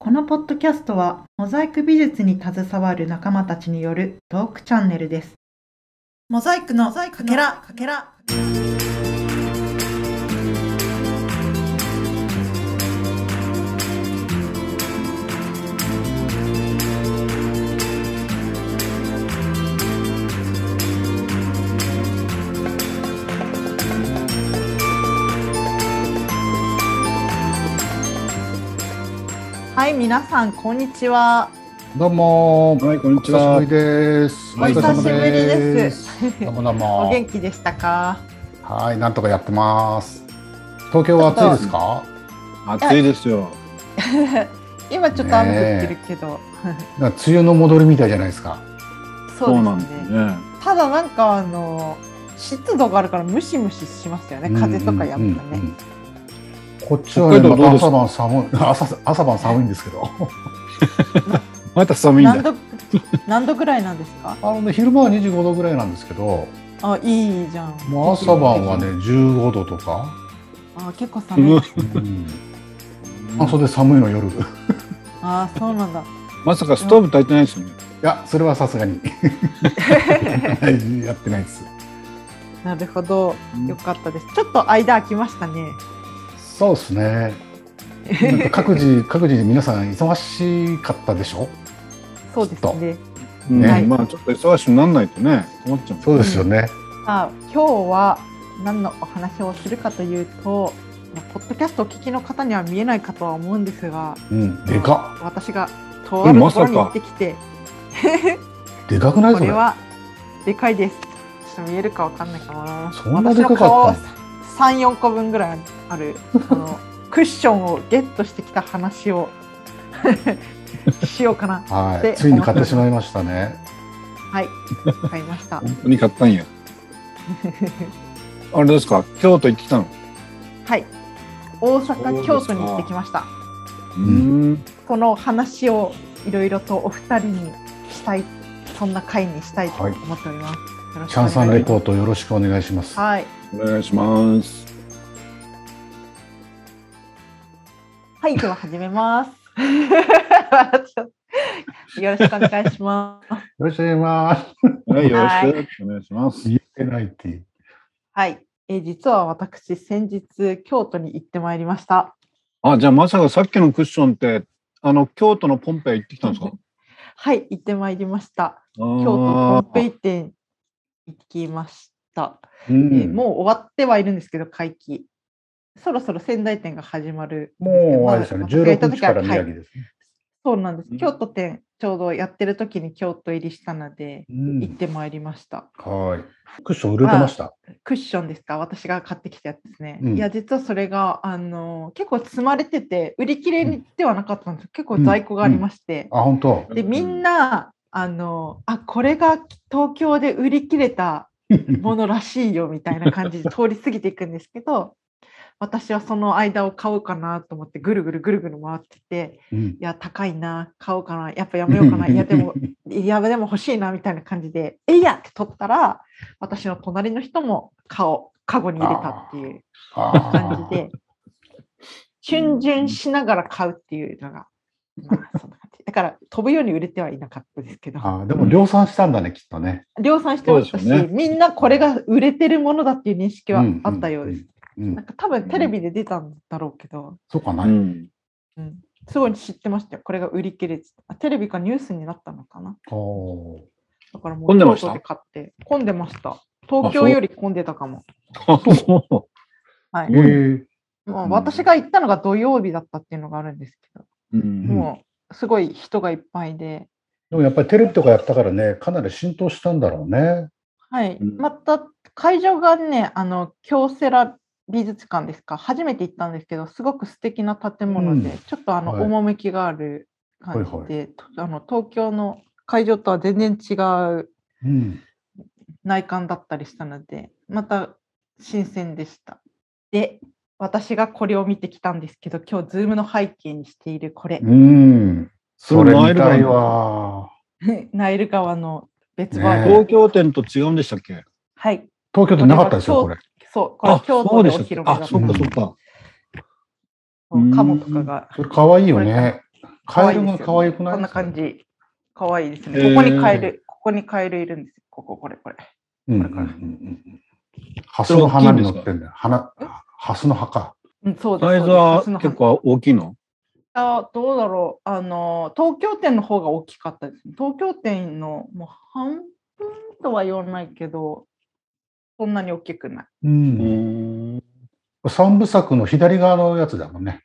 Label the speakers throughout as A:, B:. A: このポッドキャストはモザイク美術に携わる仲間たちによるトークチャンネルです。モザイクのかけらかけら。はい、皆さんこんにちは。
B: どうもー、
C: はい、こんに
B: お
C: ちは。
B: 久しぶりです。。
C: お久しぶり
A: です
B: どうもどう
A: お
B: も。
A: 元気でしたか？
B: はい、なんとかやってます。東京は暑いですか？
C: 暑いですよ。
A: 今ちょっと雨降ってるけど、
B: なんか梅雨の戻りみたいじゃないですか。
C: そう
A: そ
C: な
A: うんで
C: ですす
A: ね。
C: ね。
A: ただなんかあの湿度があるからムシムシしますよね。風とかやっぱ
B: う
A: ね
B: ん。うんうんうんこっちはね、
C: 北海道どう
B: また
C: です
B: 朝晩寒い、朝朝晩寒いんですけど、
C: また寒いん
A: 何
C: だ。
A: 度何度ぐらいなんですか？
B: あのね昼間は25度ぐらいなんですけど、
A: あ、いいじゃん。
B: もう朝晩はね15度とか、
A: あ、結構
C: す
A: 寒い
C: ごい。
B: うん、半袖寒いの夜。い
A: あ、そうなんだ。
C: まさかストーブ炊いてないですよね。
B: や、それはさすがに やってないです。
A: なるほど。
C: うん
A: よかったです。ちょっと間空きましたね。
B: そうですね。なんか各自 各自で皆さん忙しかったでしょ。
A: そうですね。
C: うん
B: ね
C: まあちょっと忙しくならないとね、困っちゃう。
B: そうですよね。
A: さあ、今日は何のお話をするかというと、まあポッドキャストをお聞きの方には見えないかとは思うんですが、
B: うん、でか
A: まあ私がとあるところに行ってきて、
B: っでかくない
A: こ
B: それ
A: れ。はでかいです。ちょっと見えるかわかんないかな。
B: そんなでかかった
A: 私の顔3、4個分ぐらいある、あ の、クッションをゲットしてきた話を しようかな。
B: は
A: で
B: い。ついに買ってしまいましたね。
A: はい、買いました。
C: 本当に買ったんや。 あれですか、京都行ってきたの。
A: はい、大
C: そうで
A: 阪、
C: すか
A: 京都に行ってきました。
C: うんん。
A: この話をいろいろとお二人にしたい、そんな会にしたいと
B: はい
A: 思っております。よろし
B: チ
A: くお願
B: ャン
A: いし
B: さ
A: ま
B: ん
A: す
B: レポートよろしくお願いします。
A: はい、
C: お願いします。
A: はい、では始めます。 笑っちゃったよろしくお願いします。
B: よろしくお願いします。
C: はい、よろ
A: はい
C: しくお願いします。
B: 言えてないっていう。
A: はい、えー実は私先日京都に行ってまいりました。
C: あ、じゃあまさかさっきのクッションって、あの京都のポンペイ行ってきたんですか。
A: はい、行ってまいりました。京都
C: あ
A: の
C: ー
A: ポンペイ店行ってきました。え
B: う
A: ー
B: ん。も
A: もう終わってはいるんですけど、会期。そろそろ仙台店が始まるん
B: う
A: ですけど。
B: あれですよね。16日から宮城
A: す。はい
B: ですね。
A: そうなんです
C: う。ん
A: 京都店、ちょうどやってる時に京都入りしたので、
B: うん
A: 行ってまいりました。
B: はい。クッション売れてました。
A: クッションですか私が買ってきたやつですね。
B: うん
A: いや、実はそれが、あの、結構積まれてて、売り切れではなかったんですよ。結構在庫がありまして。
B: あ、本当。
A: で、みんな、あの、あ、これが東京で売り切れた ものらしいよみたいな感じで通り過ぎていくんですけど私はその間を買おうかなと思ってぐるぐるぐるぐる回ってて
B: うん
A: いや高いな買おうかなやっぱやめようか ないやでもいやでも欲しいなみたいな感じでえいやって取ったら私の隣の人も顔カゴに入れたっていう感
B: あ
A: じで逡巡しながら買うっていうのが、まあ、そんな感じだから飛ぶように売れてはいなかったですけど
B: ー。あー、でも量産したんだね、きっとね。
A: 量産してましたし、
C: そうですよね
A: みんなこれが売れてるものだっていう認識はあったようです。
B: うん。うんう
A: なん
B: ん
A: か多分テレビで出たんだろうけど、
B: そうかな
C: う。ん。
A: うん、すごい知ってましたよ。これが売り切れてたあテレビかニュースになったのかな。
B: おー
A: だからもう
C: 混んでました
A: 京都買って混んでました。東京より混んでたかも。
C: あ、そ
A: はい。
C: うん
B: え
A: も
C: う
A: うん私が行ったのが土曜日だったっていうのがあるんですけど、
C: う。うん。
A: もうすごい人がいっぱいで、
B: でもやっぱりテレビとかやったからね、かなり浸透したんだろうね。
A: はい。
C: うん
A: また会場がね、あの京セラ美術館ですか。初めて行ったんですけど、すごく素敵な建物で、
B: うん
A: ちょっとあの、
B: はい
A: 趣がある感じで、
B: はい
A: とあの東京の会場とは全然違う
B: うん。
A: 内観だったりしたので、また新鮮でした。で、私がこれを見てきたんですけど、今日ズームの背景にしているこれ、
B: うん。それ
C: マイ
B: み
C: ルドな
B: た
C: ん
B: い
C: だ
B: わ。
A: ナイル川の別
B: ね
A: バージョン。
C: 東京店と違うんでしたっけ
A: はい。
B: 東京でなかったですよ、これ。
A: そう、これは京
C: そ
A: 都
C: う
A: で
C: で
A: お
C: した
A: 披
C: っけ
A: 露目だ
C: あ、
A: っ
C: そ
A: た
C: っかそっか。
A: 鴨とかが
B: それ可愛いよね。カエルが可愛く
A: こ
B: ない
A: んな感
B: じ。
A: じ。可愛いです
C: え
A: ね。
C: ー
A: ここにカエル、ここにカエルいるんですよ。ここ、これ、これ。
B: うんうんうんうん。ハスの花に乗ってんだよ。花、ハスの葉か。
A: うん、そうです。
C: サイズ
A: そう
C: は
A: です
C: 結。構大きいの
A: あどうだろう。あの、東京店の方が大きかったですね。東京店のもう半分とは言わないけど、そんなに大きくない。
B: うん。
C: ん。
B: 三部作の左側のやつだもんね。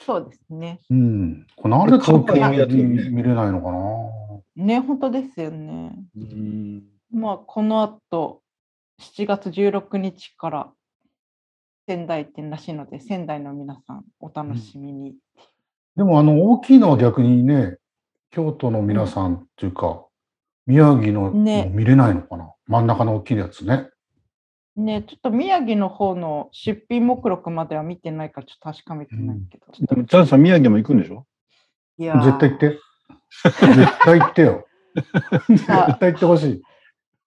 A: そうですね。
B: うん。これなんで東
C: これカバー
B: 京
C: やって
B: で
C: るね
B: 見れないのかな
A: ね、本当ですよね。
C: うん
A: まあ、この後、7月16日から仙台店らしいので、仙台の皆さん、お楽しみに。
B: でもあの大きいのは逆にね、京都の皆さんっていうか、宮城の
A: ね
B: も見れないのかな真ん中の大きいやつね。
A: ね、ちょっと宮城の方の出品目録までは見てないから、ちょっと確かめてないけど。ちょっ
C: で
A: と
C: もチャンさん、宮城も行くんでしょ
A: いやー
B: 絶対 行って。絶対行ってよ。絶
A: あ
B: 対行ってほしい。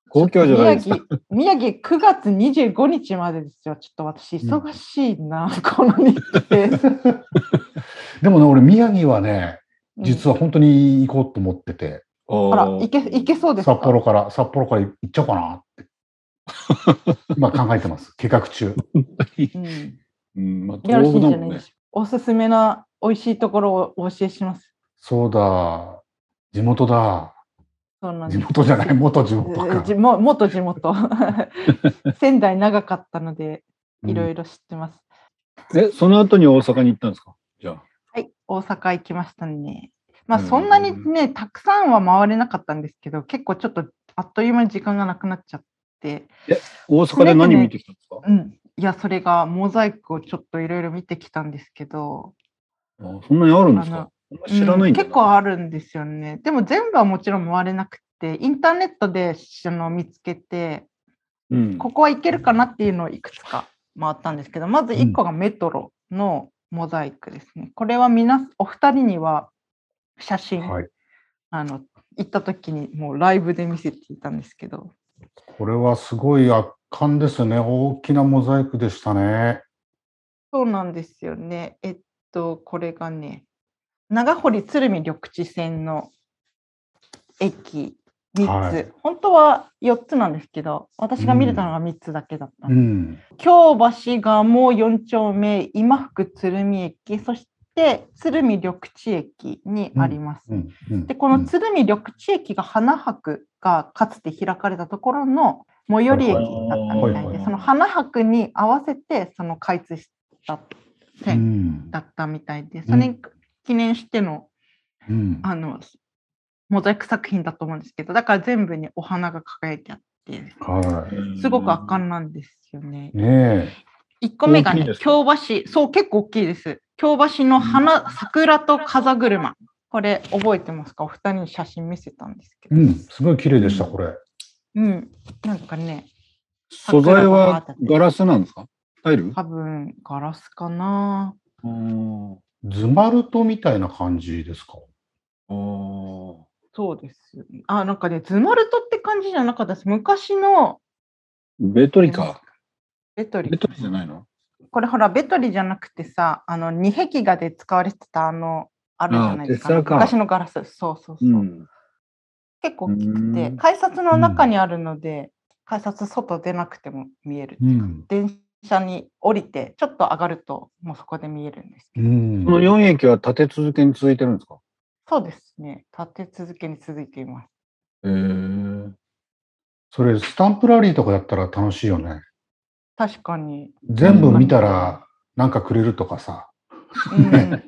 C: 公共じゃな
A: 宮
C: いですか。
A: 城、宮城9月25日までですよ。ちょっと私、忙しいな、この日程。
B: でもね、俺宮城はね、実
A: は。
B: は本当に行こうと思ってて、
A: あら、
C: ー
A: いけ、いけそうですか
B: 札幌から、札幌から行っちゃおうか なって。今考えてます。計画中。
A: うん。
C: うん、まあ、
A: よろし
C: 東
A: い
C: 北
A: んじ
C: だ
A: ゃな
C: も
A: い
C: ん
A: で
C: ね
A: しょ。うか。おすすめな美味しいところをお教えします。
B: そうだ。地元だ。
A: そうなん
B: 地
A: です。
B: 元じゃない、元地元
A: えー
B: か。
A: じも元地元 仙台長かったのでいろいろ知ってます、
C: え、その後に大阪に行ったんですかじゃあ。
A: はい大阪行きましたねまあ
C: うん
A: そんなにねたくさんは回れなかったんですけど結構ちょっとあっという間に時間がなくなっちゃって
C: 大阪で何見てきたんですか
A: うんいやそれがモザイクをちょっといろいろ見てきたんですけど
C: あそんなにあるんです
A: あ
C: か
A: の
C: あんま知らないんだ
A: うん結構あるんですよねでも全部はもちろん回れなくてインターネットであの見つけて
C: うん、
A: ここはいけるかなっていうのをいくつか回ったんですけど、まず1個がメトロのモザイクですね。これは皆、お二人には写真、
B: はい。
A: あの、行った時にもうライブで見せていたんですけど、
B: これはすごい圧巻ですね。大きなモザイクでしたね。
A: そうなんですよね。えっと、これがね、長堀鶴見緑地線の駅3つ、
B: はい
A: 本当は4つなんですけど、私が見れたのが3つだけだったんです
B: うん。
A: 京橋がもう4丁目今福鶴見駅そして鶴見緑地駅にあります。
B: うん。うん
A: でこの鶴見緑地駅が花博がかつて開かれたところの最寄り駅だったみたいで、
B: はいはい
A: その花博に合わせてその開通した
B: う
A: 線
B: ん
A: だったみたいで、それに記念しての
B: うん。
A: あのモザイク作品だと思うんですけどだから全部にお花が輝いてあって
B: は
A: すごく圧巻なんですよね。
B: い。ね
A: 1個目が
C: 大き
A: ね
C: いです、か
A: 京橋、そう、結構大きいです。京橋の花、桜と風車。これ、覚えてますかお二人に写真見せたんですけ
B: え。
A: ど。
B: うん。すごい綺麗でした、これ。
A: うん。なんかね、
C: 素材はガラスなんですかタイル
A: 多分、ガラスかな。
C: うん
B: ズマルトみたいな感じですか。
C: あー
A: そうです。あ、なんかね、ズマルトって感じじゃなかったです。昔の
C: ベトリか。
A: ベトリ
C: ベトリじゃないの
A: これほら、ベトリじゃなくてさ、あの、二壁画で使われてた、あの、あるじゃないですか。
C: あ鉄砂か
A: 昔のガラス。そうそうそう。
C: うん。
A: 結構大きく
C: う
A: て
C: ん
A: 改札の中にあるので、改札外出なくても見える、
B: うん。
A: 電車に降りてちょっと上がるともうそこで見えるんですけ
B: う
A: ど、
B: ん
C: こ。の4駅は立て続けに続いてるんですか
A: そうですね立て続けに続いています
C: へえ。
B: それ、スタンプラリーとかやったら楽しいよね。
A: 確かに、
B: 全部見たら、なんかくれるとかさ。
A: うん、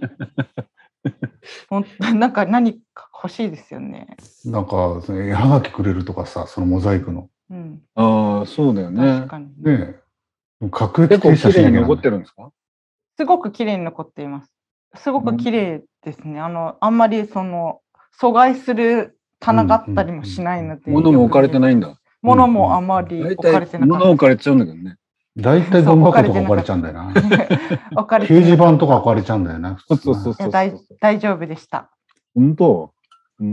A: ほんとなんか何か欲しいですよね、
B: なんか、その絵はがきくれるとかさ、そのモザイクの。
A: うん、
C: ああ、そうだよね
A: 確。かに、ね
B: ねえ。格
C: 結構綺麗に残って
B: る。
C: るんですか
A: すごく綺麗に残っていますすごく綺麗ですね、あのあんまりその阻害する棚があったりもしないので、
C: 物も置かれて
A: い
C: ないんだ。
A: 物もあまり
C: 大
A: 置かれてなか
C: 体
A: っ
C: 物
A: た。
C: 置かれちゃうんだけどね。
B: 大体ゴミ箱とか置かれちゃうんだよな。
A: 置かれ
B: 掲
A: てな
B: 示
A: かっ
B: 板とか置かれちゃうんだよな。
C: そうそうそう
A: たい
C: そ
A: や
C: う。
A: 大大丈夫でした。
C: 本当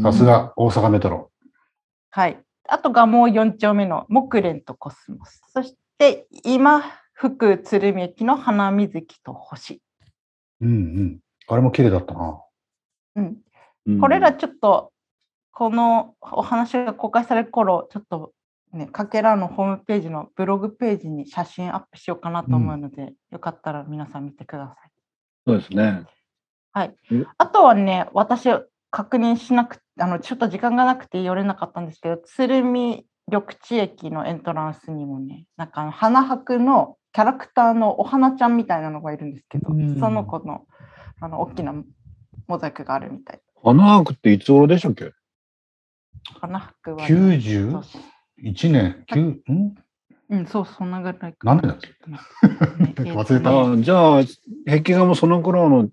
B: さす。が大阪メトロ。
A: はい。あとがもう4丁目の木蓮とコスモス。そして今福鶴見駅の花水木と星。
B: うんうん。あれも綺麗だったな。
A: うん。
C: うん
A: これらちょっと、このお話が公開される頃、ちょっとね、かけらのホームページのブログページに写真アップしようかなと思うので、よかったら皆さん見てください。
C: そうですね。
A: あとはね、私、確認しなくあの、ちょっと時間がなくて寄れなかったんですけど、鶴見緑地駅のエントランスにもね、なんかあの花博のキャラクターのお花ちゃんみたいなのがいるんですけど、
B: うん
A: その子のあの大きなモザイクがあるみたい。
C: 花博っていつ頃でしたっけ
A: 花博は、
B: 91年、9、ん
A: うん、そう、そんなぐらいか。
B: 何年だっけ
A: ね
B: 忘れた
A: えーとね
C: ああじゃあ、壁画もその頃の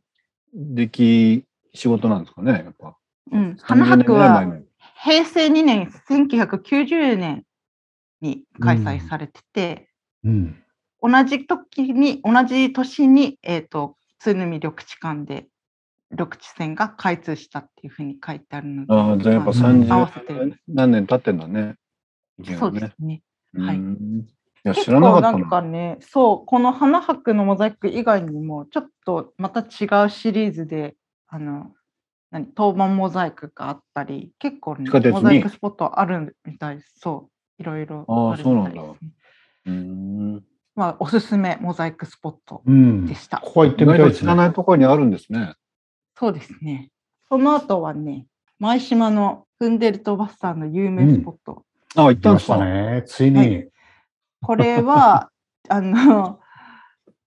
C: 出来、仕事なんですかね、やっぱ。
A: うん、花博
C: 30年ぐらい前
A: は
C: の
A: 平成2年、1990年に開催されてて、
B: うん。
A: 同じ時に、同じ年に、えっ、と、鶴見緑地間で緑地線が開通したっていうふうに書いてあるので、
C: ああ、じゃあやっぱ
A: ま
B: 30
A: 合わせてる、
C: 30何年経ってんだね。
A: そうですね。はい
C: うんいや、
A: 結
C: 知らなか
A: 構
C: っ
A: な
C: た
A: ん
C: な。
A: かね、そう、この花博のモザイク以外にも、ちょっとまた違うシリーズで、あの、何、当番モザイクがあったり、結構ね
C: 地下鉄に
A: モザイクスポットあるみたいです。そう、いろいろ
C: あー
A: るみたいですね
C: そうなんだうん
A: まあ、おすすめモザイクスポット
B: うん
A: で。した。
B: ここは行って
C: 意
B: み
C: 外
B: たい
C: と
B: です
C: 知ら
B: ね。
C: ないところにあるんですね。
A: そうですね。その後はね、舞島のフンデルトバスさんの有名スポット。
C: ああ、行った
B: 行き
C: ん
B: ま
C: で
B: し
C: すか
B: たね。つい
A: は
B: に
A: い。これは、 あの、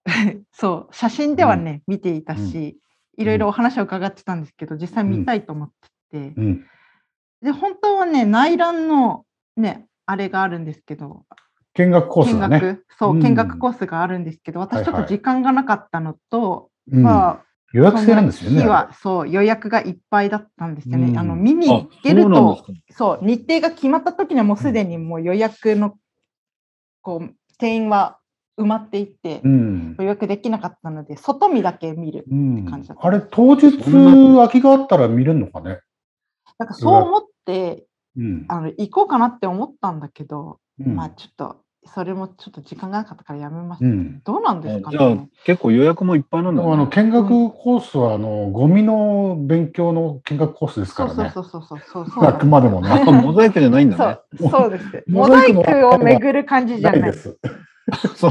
A: そう、写真ではね、見ていたし、いろいろお話を伺ってたんですけど、実際見たいと思ってて、
B: うん。
A: で、本当はね、内覧のね、あれがあるんですけど、
B: 見学コース
A: 見
B: だ
A: 学、
B: ね。
A: そうう、
B: ん
A: 見学コースがあるんですけど、私ちょっ
B: は
A: と
B: いはい
A: 時間がなかったのと、
B: うん。
A: まあ、
B: 予約制なんですよね。
A: その日はそう予約がいっぱいだったんですよね。
B: うん
A: あの見に
C: あ
A: 行ける
C: そうなんで
A: と
C: すか
A: そう日程が決まった時にはもうすでにもう予約のこう定員は埋まっていて、
B: うん。
A: 予約できなかったので外見だけ見る。
B: うん
A: 感じだっ。た
B: あれ、当日、空きがあったら見れるのかね。
A: なんかそう思って
B: うん。
A: あの行こうかなって思ったんだけど、
B: うん
A: まあちょっとそれもちょっと時間がなかったからやめました。
B: うん。
A: どうなんですか
C: じゃあ
A: ね。
C: 結構予約もいっぱいなん
B: で
C: だね
B: もあの見学コースはあのゴミの勉強の見学コースですか
A: そう
B: ら
A: そう
B: ね。
A: そうそうそうそうそう
B: あくまでもね。
C: あモザイクじゃないんだね。
A: そうそう です。
B: モ
A: モ
B: ザ
A: ザ
B: イク
A: イ
B: の
A: クを巡る感じじゃ
B: ない
A: ない
B: で。す。
C: そ
A: そ
C: う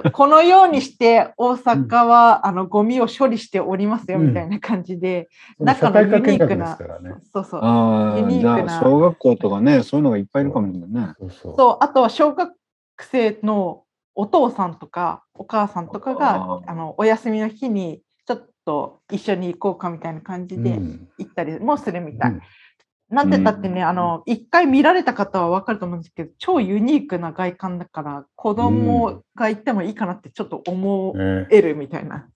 A: うこのようにして大阪は、あのゴミを処理しておりますよみたいな感じで、中
B: 社
A: のユ
B: 会
A: ニ
B: 科見
A: ーク
B: 学で
A: な
B: すからね。
A: そうそう
C: あ
A: ユ
C: あ、
A: ニー
C: じ
A: クな
C: ゃあ小学校とかね、そういうのがいっぱいいるかもしれないね。
B: そうそう。
A: そうあとは小学生のお父さんとかお母さんとか
C: あ
A: が
C: ー
A: あのお休みの日にちょっと一緒に行こうかみたいな感じ
B: う
A: で
B: ん
A: 行ったりもするみ
B: う
A: たい、
B: ん
A: なんてだってね
C: うん
A: あの一回見られた方は分かると思うんですけど超ユニークな外観だから子供が行ってもいいかなってちょっと思
B: ね
A: えるみたいな、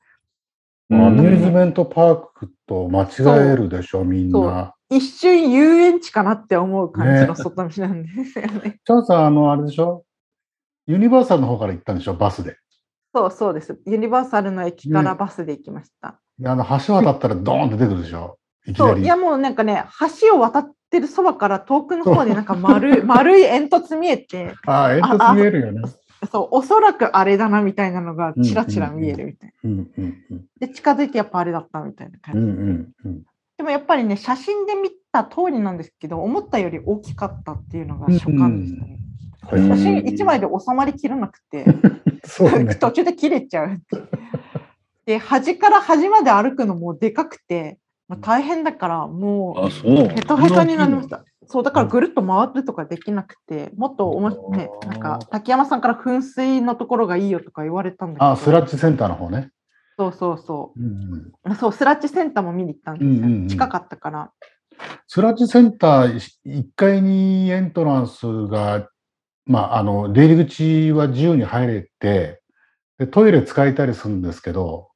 B: アミューズ
C: ン
B: メントパークと間違えるでしょ、みんな。
A: 一瞬遊園地かなって思う感じの外見なんですよね。
B: チャンさん、あの、あれでしょユニバーサルの方から行ったんでしょ、バスで。
A: そうそうです。ユニバーサルの駅からバスで行きました。
B: であの、橋渡ったらドーンって出てくるでしょ。いきな
A: そう
B: り。
A: いやもうなんかね、橋を渡ってるそばから遠くの方でなんか丸い丸い煙突見えて、
B: ああ、煙突見えるよね。
A: そうおそらくあれだなみたいなのがちらちら見えるみたい
B: うんうんうん
A: な。で近づいてやっぱあれだったみたいな感
B: う
A: じ。
B: んうんうん。
A: でもやっぱりね、写真で見た通りなんですけど、思ったより大きかったっていうのが初感でしたね。
B: うん
A: 写真1枚で収まりきらなくて。
B: そう ね。
A: 途中で切れちゃうっていう。で端から端まで歩くのもでかくて、まあ、大変だからも
C: あ、そう。
A: うヘトヘトになりまし
C: そん大きいの。
A: た。そうだからぐるっと回るとかできなくて、もっとおも、ね、
C: あー
A: なんか滝山さんから噴水のところがいいよとか言われたんだけど、
B: あ、スラッジセンターの方ね。
A: そうそうそ
B: うんうん
A: う、そうスラッジセンターも見に行ったんですよ、
B: うんうんうん
A: 近かったから。
B: スラッジセンター1階にエントランスが、まあ、あの、出入り口は自由に入れて、でトイレ使えたりするんですけど、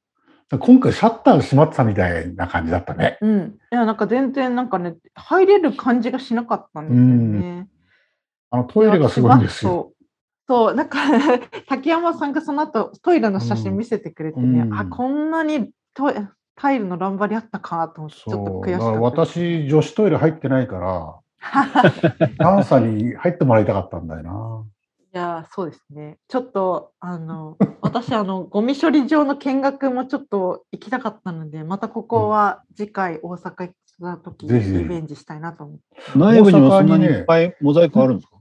B: 今回シャッター閉まってたみたいな感じだったね。
A: うん、いやなんか全然なんかね入れる感じがしなかったんですよね。
B: あの、トイレがすごいんですよ。
A: そうそうなんか 竹山さんがその後トイレの写真見せてくれてね、
B: うん
A: あこんなにトイタイルの乱張りあったかと思ってちょっと
B: そう。
A: 悔し
B: だか
A: からったです。
B: 私、女子トイレ入ってない から、ダンサーに入ってもらいたかったんだよな。
A: いやそうですねちょっとあの私あのゴミ処理場の見学もちょっと行きたかったのでまたここは次回大阪行くした時
B: ぜひぜひ
A: リベンジしたいなと思って。
C: 内部にもそんなにいっぱいモザイクあるんですか、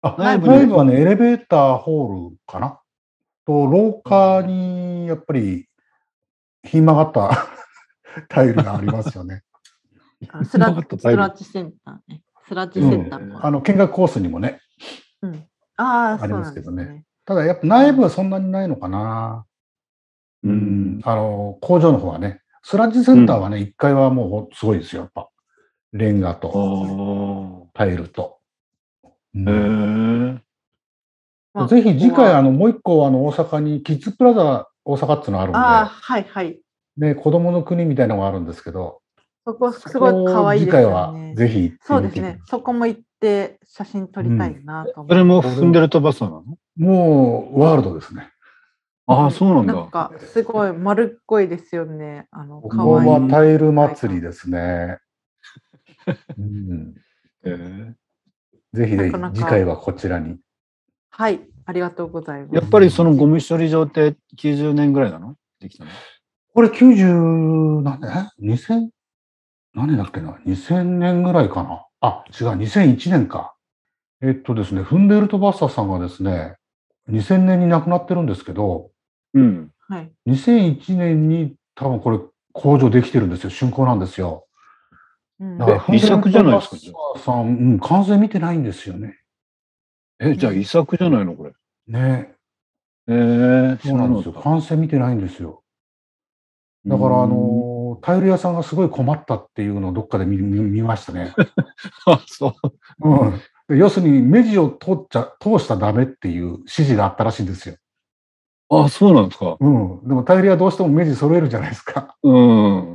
B: あ
C: 内
B: 内
C: 部
B: 部
C: に
B: はね、エレベーターホールかなと、廊下にやっぱり、ひん曲がった タイルがありますよね。
A: あスラ
C: なかった
A: ッスラッチセンターね。スラッチセンターも。
B: あの、見学コースにもね。
A: うんああ、そ
B: あ
A: う
B: り
A: なん
B: ますけ
A: です
B: ど
A: ね
B: ね。ただ、やっぱ内部はそんなにないのかな。
C: う
B: あの、工場の方はね。スラッジセンターはね、1階はもうすごいですよ、やっぱ。レンガ
C: あ
B: と
C: ー
B: タイルと。うん
C: へー
A: まあ
B: ぜひ
A: こ
B: 次
A: こ
B: 回、
A: は
B: あの、もう一個、あの、大阪に、キッズプラザ大阪っていうのあるんで。
A: ああ、はいはい。
B: ね、子供の国みたいなのがあるんですけど、
A: そこすごい可愛い
B: そ
A: で
B: こ
A: すよ
B: を次回は
A: ね。
B: ぜひ
A: そ
B: 行
A: う
B: っ
A: で
B: て
A: す
B: みてください
A: ね。そこも行って写真撮りたいなと思って。
C: それも踏んでるとバスなの
B: もうワールドですね。
C: ああ、そうなんだ。
A: なんかすごい丸っこいですよね。あの
B: こ
A: 可
B: こ
A: 愛い
B: はタイル祭りですね。うん、
C: へー
B: ぜひぜ
A: な
B: ひ
A: かなか
B: 次回はこちらに。
A: はい、ありがとうございま
C: や
A: す
C: っ。ぱりそのゴミ処理場って90年ぐらいなのできたの
B: これ90何年 ?2000? 何年だっけな ?2000 年ぐらいかな。あ、違う、2001年か。えっとですね、フンデルト・バッサさんがですね、2000年に亡くなってるんですけど、
C: うん。
A: はい。
B: 2001年に多分これ工場できてるんですよ。竣工なんですよ。
A: うん
B: だから
C: え遺作じゃないですか
B: フンデルトバッサーさん、うん、完成見てないんですよね。
C: え、じゃあ遺作じゃないのこれ。
B: ね。
C: えー、
B: そうなんです
C: 知ら
B: よ。
C: なかっ
B: 完成見てないんですよ。
C: た
B: だから、あ、のー、タイル屋さんがすごい困ったっていうのをどっかで見 見見ましたね。
C: うんあそう。
B: うん。で要するに、目地を通っちゃ、通したらダメっていう指示があったらしいんですよ。
C: あ、そうなんですか。
B: うん。でもタイル屋どうしても目地揃えるじゃないですか。
C: うん。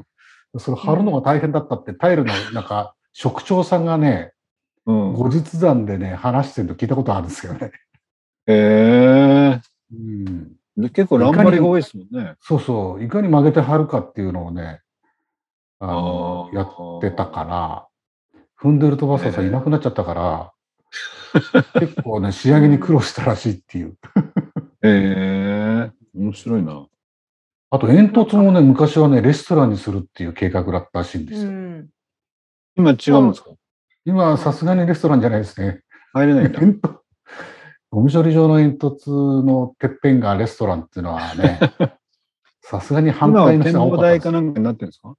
C: う
B: それ貼るのが大変だったって、タイルのなんか、職長さんがね、
C: ん。
B: 後日談でね、話してるの聞いたことあるんですよね。
C: えー、
B: うん。
C: で結構乱張りが多いですもんね。
B: そうそう、いかに曲げて貼るかっていうのをね、あの
C: あー
B: やってたから、踏んでるとバサさん
C: ええ
B: いなくなっちゃったから、結構ね、仕上げに苦労したらしいっていう。
C: えー、面白いな。
B: あと煙突 もね、昔はね、レストランにするっていう計画だったらしいんです
A: う
B: よ。
A: ん。
C: 今違うんですか
B: 今、さすがにレストランじゃないですね。
C: 入れないんだ。
B: 煙突。ゴミ処理場の煙突のてっぺんがレストランっていうの はね、さすがに反
C: 今は
B: 対の
C: 展
B: 人が多
C: 望
B: かった
C: 台
B: です
C: かなんかになってるんですか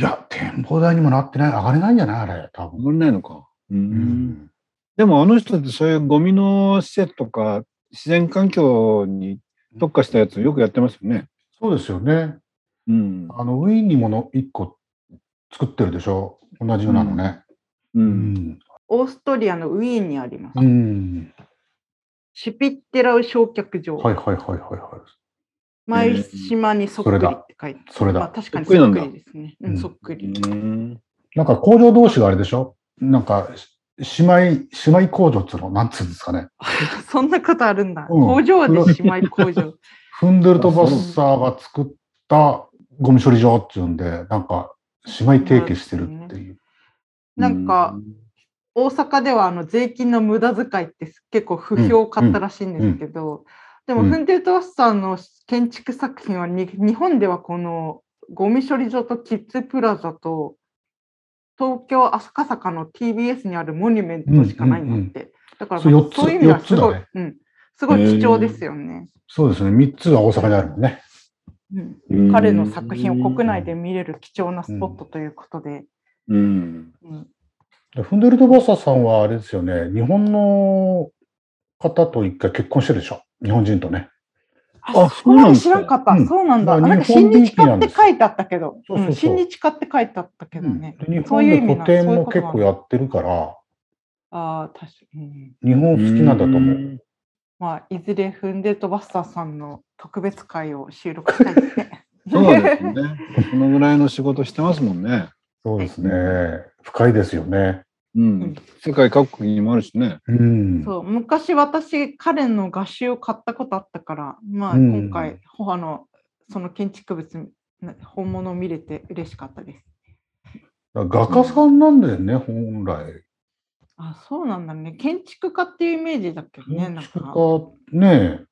B: いや、展望台にもなってない、上がれないんじゃないあれ、多分。
C: 上りないのか。う。
B: うん
C: でもあの人ってそういうゴミの施設とか自然環境に特化したやつよくやってますよね。
B: そうですよね。
C: うん。
B: あの、ウィーンにもの1個作ってるでしょ同じようなのね。
C: う。
B: うんん。
A: オーストリアのウィーンにあります。
B: うん。
A: シュピッテラウ焼却場。
B: はいはいはいはいはい。
A: 毎島にそっくりって書いて。
B: それ
A: まあ
B: だ。
A: 確かにそっくりですね。
B: だ
A: うん、そっくり。
C: うん
B: なんか工場同士があれでしょなんか、し姉妹、姉妹工場っていうの、なんつうんですかね。
A: そんなことあるんだ。
B: うん
A: 工場でしまい工場。
B: フンデルトバッサーが作ったゴミ処理場っていうんで、なんか、姉妹提携してるっていう。
A: なんか、大阪ではあの税金の無駄遣いって結構不評を買ったらしいんですけど、でも
B: うん
A: フンデルトワッサーの建築作品はに日本ではこのゴミ処理場とキッズプラザと東京赤坂の TBS にあるモニュメントしかないんだって、
B: うんうん
A: だから
B: そう四つ
A: そういう意味ではすごい、
B: 四つだね
A: うん、すごい貴重ですよね、
B: そうですね。3つは大阪にあるのね。
A: うん
C: うん
A: 彼の作品を国内で見れる貴重なスポットということで、
C: うん。
A: うん
B: でフンデルトバッサーさんはあれですよね。日本の方と一回結婚してるでしょ日本人とね。
C: あ
A: そこまで知らんかった。
B: うん
A: そうなんだ。あ
B: まあ
A: なんか
B: 日
A: 新
B: 本
A: 日
B: 人気
A: 化
B: な
A: っ
B: ん
A: て
B: です
A: 書いてあったけど、
B: そうそうそう
A: うん新日化って書いてあったけどね。
B: うんで日
A: そういう意味
B: 本で
A: な
B: 個展も
A: そういう
B: 結
A: こと
B: 構やってるから、
A: ああ、確かに。
B: 日本好きなんだと思う。
C: ん。
A: まあ、いずれフンデートバスターさんの特別会を収録したいです ね。
C: そうです ね。 このぐらいの仕事してますもんね。
B: そうですね。深いですよね。
C: うん。世界各国にもあるしね。
B: うん。
A: そう昔私、彼の画集を買ったことあったから、まあ、
B: うん
A: 今回、ほあのその建築物、本物を見れて嬉しかったです。
B: だから画家さんなんだよね、本来。
A: あそうなんだね。建築家っていうイメージだけどね。
B: 建
A: なん
B: 築
A: か
B: 家、ねえ。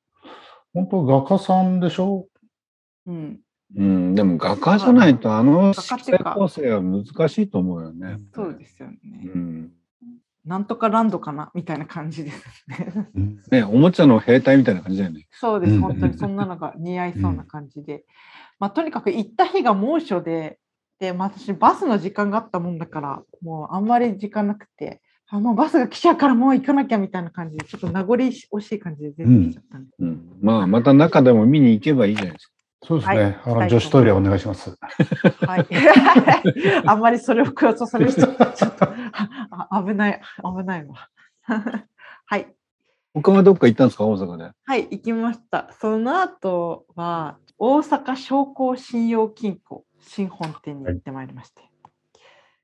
B: 本当画家さんでしょ
A: うん、
C: うん、でも画家じゃないとあの色彩
A: 画家っていうか
C: 構成は難しいと思うよね。
A: そうですよね。
C: うん
A: なんとかランドかなみたいな感じですね。
B: うん
C: ね、おもちゃの兵隊みたいな感じだよね。
A: そうです、
B: うん
A: 本当にそんなのが似合いそうな感じで。まあ、とにかく行った日が猛暑で、で、まあ、私、バスの時間があったもんだから、もうあんまり時間なくて、あもうバスが来ちゃうからもう行かなきゃみたいな感じで、ちょっと名残惜しい感じで出てきちゃったんで、
C: うん、まあまた中でも見に行けばいいじゃないですか。
B: そうですね、
A: はい
B: あの女子トイレお願いします。
A: はい。 あんまりそれを強調されると、ちょっとああ危ない、危ないわ。 はい。
C: 他はどっか行ったんですか大阪で。
A: はい、行きました。その後は、大阪商工信用金庫新本店に行ってまいりまして、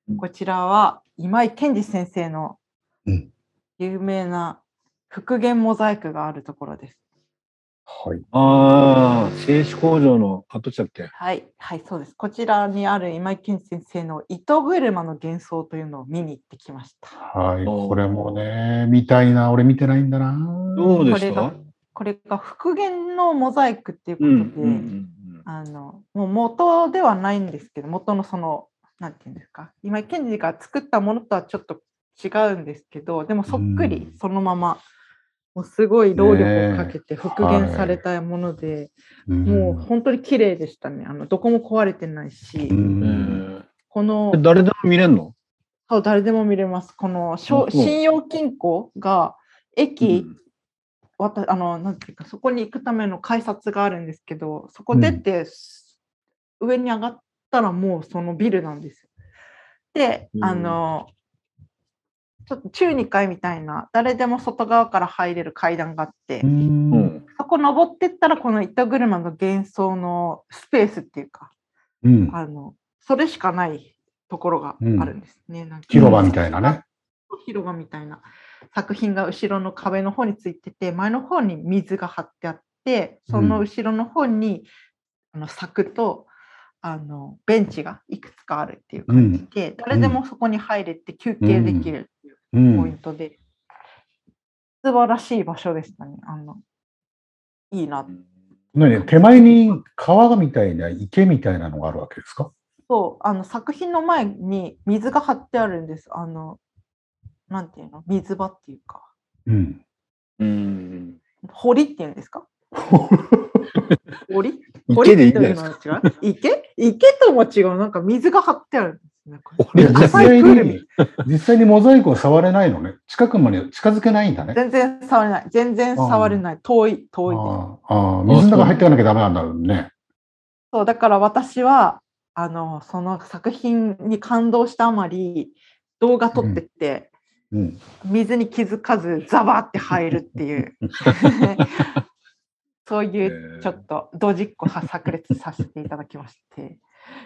C: うん
A: こちらは今井健二先生の
B: うん
A: 有名な復元モザイクがあるところです。
B: はい。
C: ああ、製紙工場の跡地だっけ。
A: はい、はい、そうです。こちらにある今井健二先生の糸車の幻想というのを見に行ってきました。
B: はい。
C: おー
B: これもね、見たいな。俺見てないんだな。
C: どうでし
A: これが
C: た？
A: これが復元のモザイクっていうこ
C: う
A: と
C: ん
A: で、
C: うんうん
A: あのもう元ではないんですけど元のそのなんていうんですか今井賢治が作ったものとはちょっと違うんですけどでもそっくり
B: うん
A: そのまま、もうすごい労力をかけて復
B: は
A: 元
B: い
A: されたもので、
B: うん
A: もう本当に綺麗でしたねあのどこも壊れてないし、
B: うん
C: うん
A: こ
C: え
A: の
C: ー誰でも見れんの？
A: 顔誰でも見れますこのしょ
C: 本当
A: 信用金庫が駅、
C: うん
A: わたあのなんていうかそこに行くための改札があるんですけどそこ出て、上に上がったらもうそのビルなんですよ。で、
C: うん
A: あのちょっと中2階みたいな誰でも外側から入れる階段があって、
B: うん
C: うん。
A: そこ登ってったらこの糸車の幻想のスペースっていうか
B: うん
A: あのそれしかないところがあるんですね。なんか
B: 広場みたいなね。
A: 広場みたいな作品が後ろの壁の方についてて前の方に水が張ってあってその後ろの方に、あの柵とあのベンチがいくつかあるっていう感じで、誰でもそこに入れて休憩できるっていう
B: う
A: ポイン
B: ん。
A: トで、素晴らしい場所でしたねあのいいな
B: 何手前に川みたいな池みたいなのがあるわけですか
A: そうあの作品の前に水が張ってあるんですあのなんていうの水場っていうか
B: うん。
C: うん。
A: 堀っていうんです か堀
C: 池でいいんじゃないです
A: か
C: か。
A: 池池とも違う。なんか水が張ってあるんですね。これ
B: いや
C: 堀
B: 実
C: じゃない
B: 際
A: プールみ
B: に、実際にモザイクを触れないのね。近くまで近づけないんだね。
A: 全然触れない。全然触れない。遠い、遠
B: あ
A: いです。
B: ーあー、水の中入っていかなきゃダメなんだろうね。
A: そう、だから私は、あの、その作品に感動したあまり、動画撮ってって、
B: うん。
A: 水に気づかず、ザバーって入るって いう。 そういう、ちょっと、ドジっ子さ炸裂させていただきまして、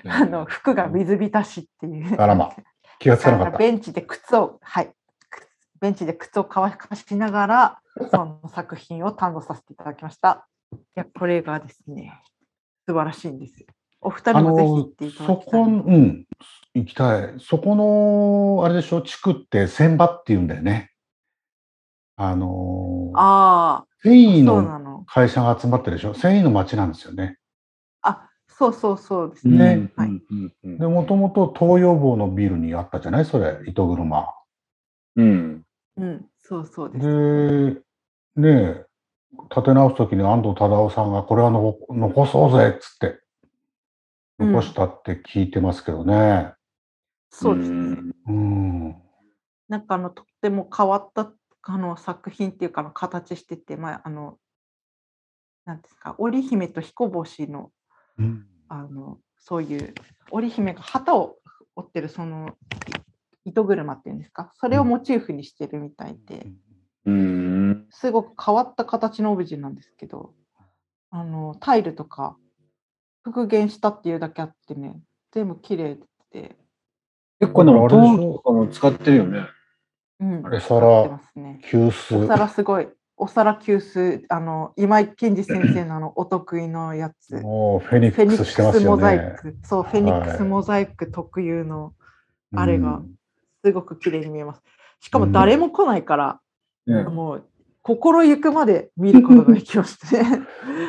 A: あの、服が水浸しっていう。
B: あらま。気がつかなかった。
A: ベンチで靴を、はい、靴ベンチで靴を乾かしながら、その作品を堪能させていただきました。いや、これがですね、素晴らしいんですよ。お二人
B: あ
A: もぜひ行
B: の
A: っていただ
B: そ
A: きた
B: こ、う
A: い。
B: ん、行きたい。そこの、あれでしょ、地区って船場っていうんだよね。あのー、
A: ああ、
B: 繊維
A: そうな
B: の
A: の。
B: 会社が集まってるでしょ。繊維の町なんですよね。
A: あ、そうそうそうです
C: うん
A: ね。
B: ね
A: はい
C: うんうん
B: で、もともと東洋坊のビルにあったじゃないそれ、糸車。
C: うん。
A: うん、そうそうです。
B: で、ねえ、立て直すときに安藤忠雄さんが、これはの残そうぜっつって、
A: うん
B: 残したって聞いてますけどね。
A: そうですね。
B: うん。
A: なんかあのとっても変わったあの作品っていうかあの形してて、まああのなんですか、織姫と彦星の
B: うん
A: あのそういう織姫が旗を織ってるそのい糸車っていうんですかそれをモチーフにしてるみたいで
C: うん。
A: すごく変わった形のオブジェなんですけどあのタイルとか復元したっていうだけあってね全部綺麗で、
C: 結構でも、トーンとかも使ってるよね。
A: うん、
B: あれ
A: 使ってますね
B: 急
A: お
B: 須。
A: 皿すごいお皿急須あの今井健二先生のあのお得意のやつ
B: もうフェニ
A: フェニ
B: ッ
A: ッ
B: ク
A: ク
B: スしてます
A: ス
B: よ
A: モザ
B: ね
A: イ。クそうフェニックスモザイク特有の、あれが
B: うん
A: すごく綺麗に見えます。しかも誰も来ないから、
C: ね
A: もう心ゆくまで見ることができまして、